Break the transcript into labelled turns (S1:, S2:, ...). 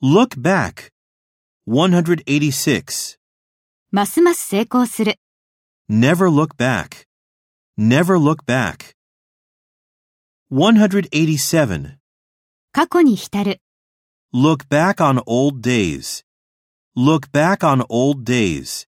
S1: Look back. 186.
S2: ますます成功する。
S1: Never look back. Never look back. 187.
S2: 過去に浸る。
S1: Look back on old days. Look back on old days.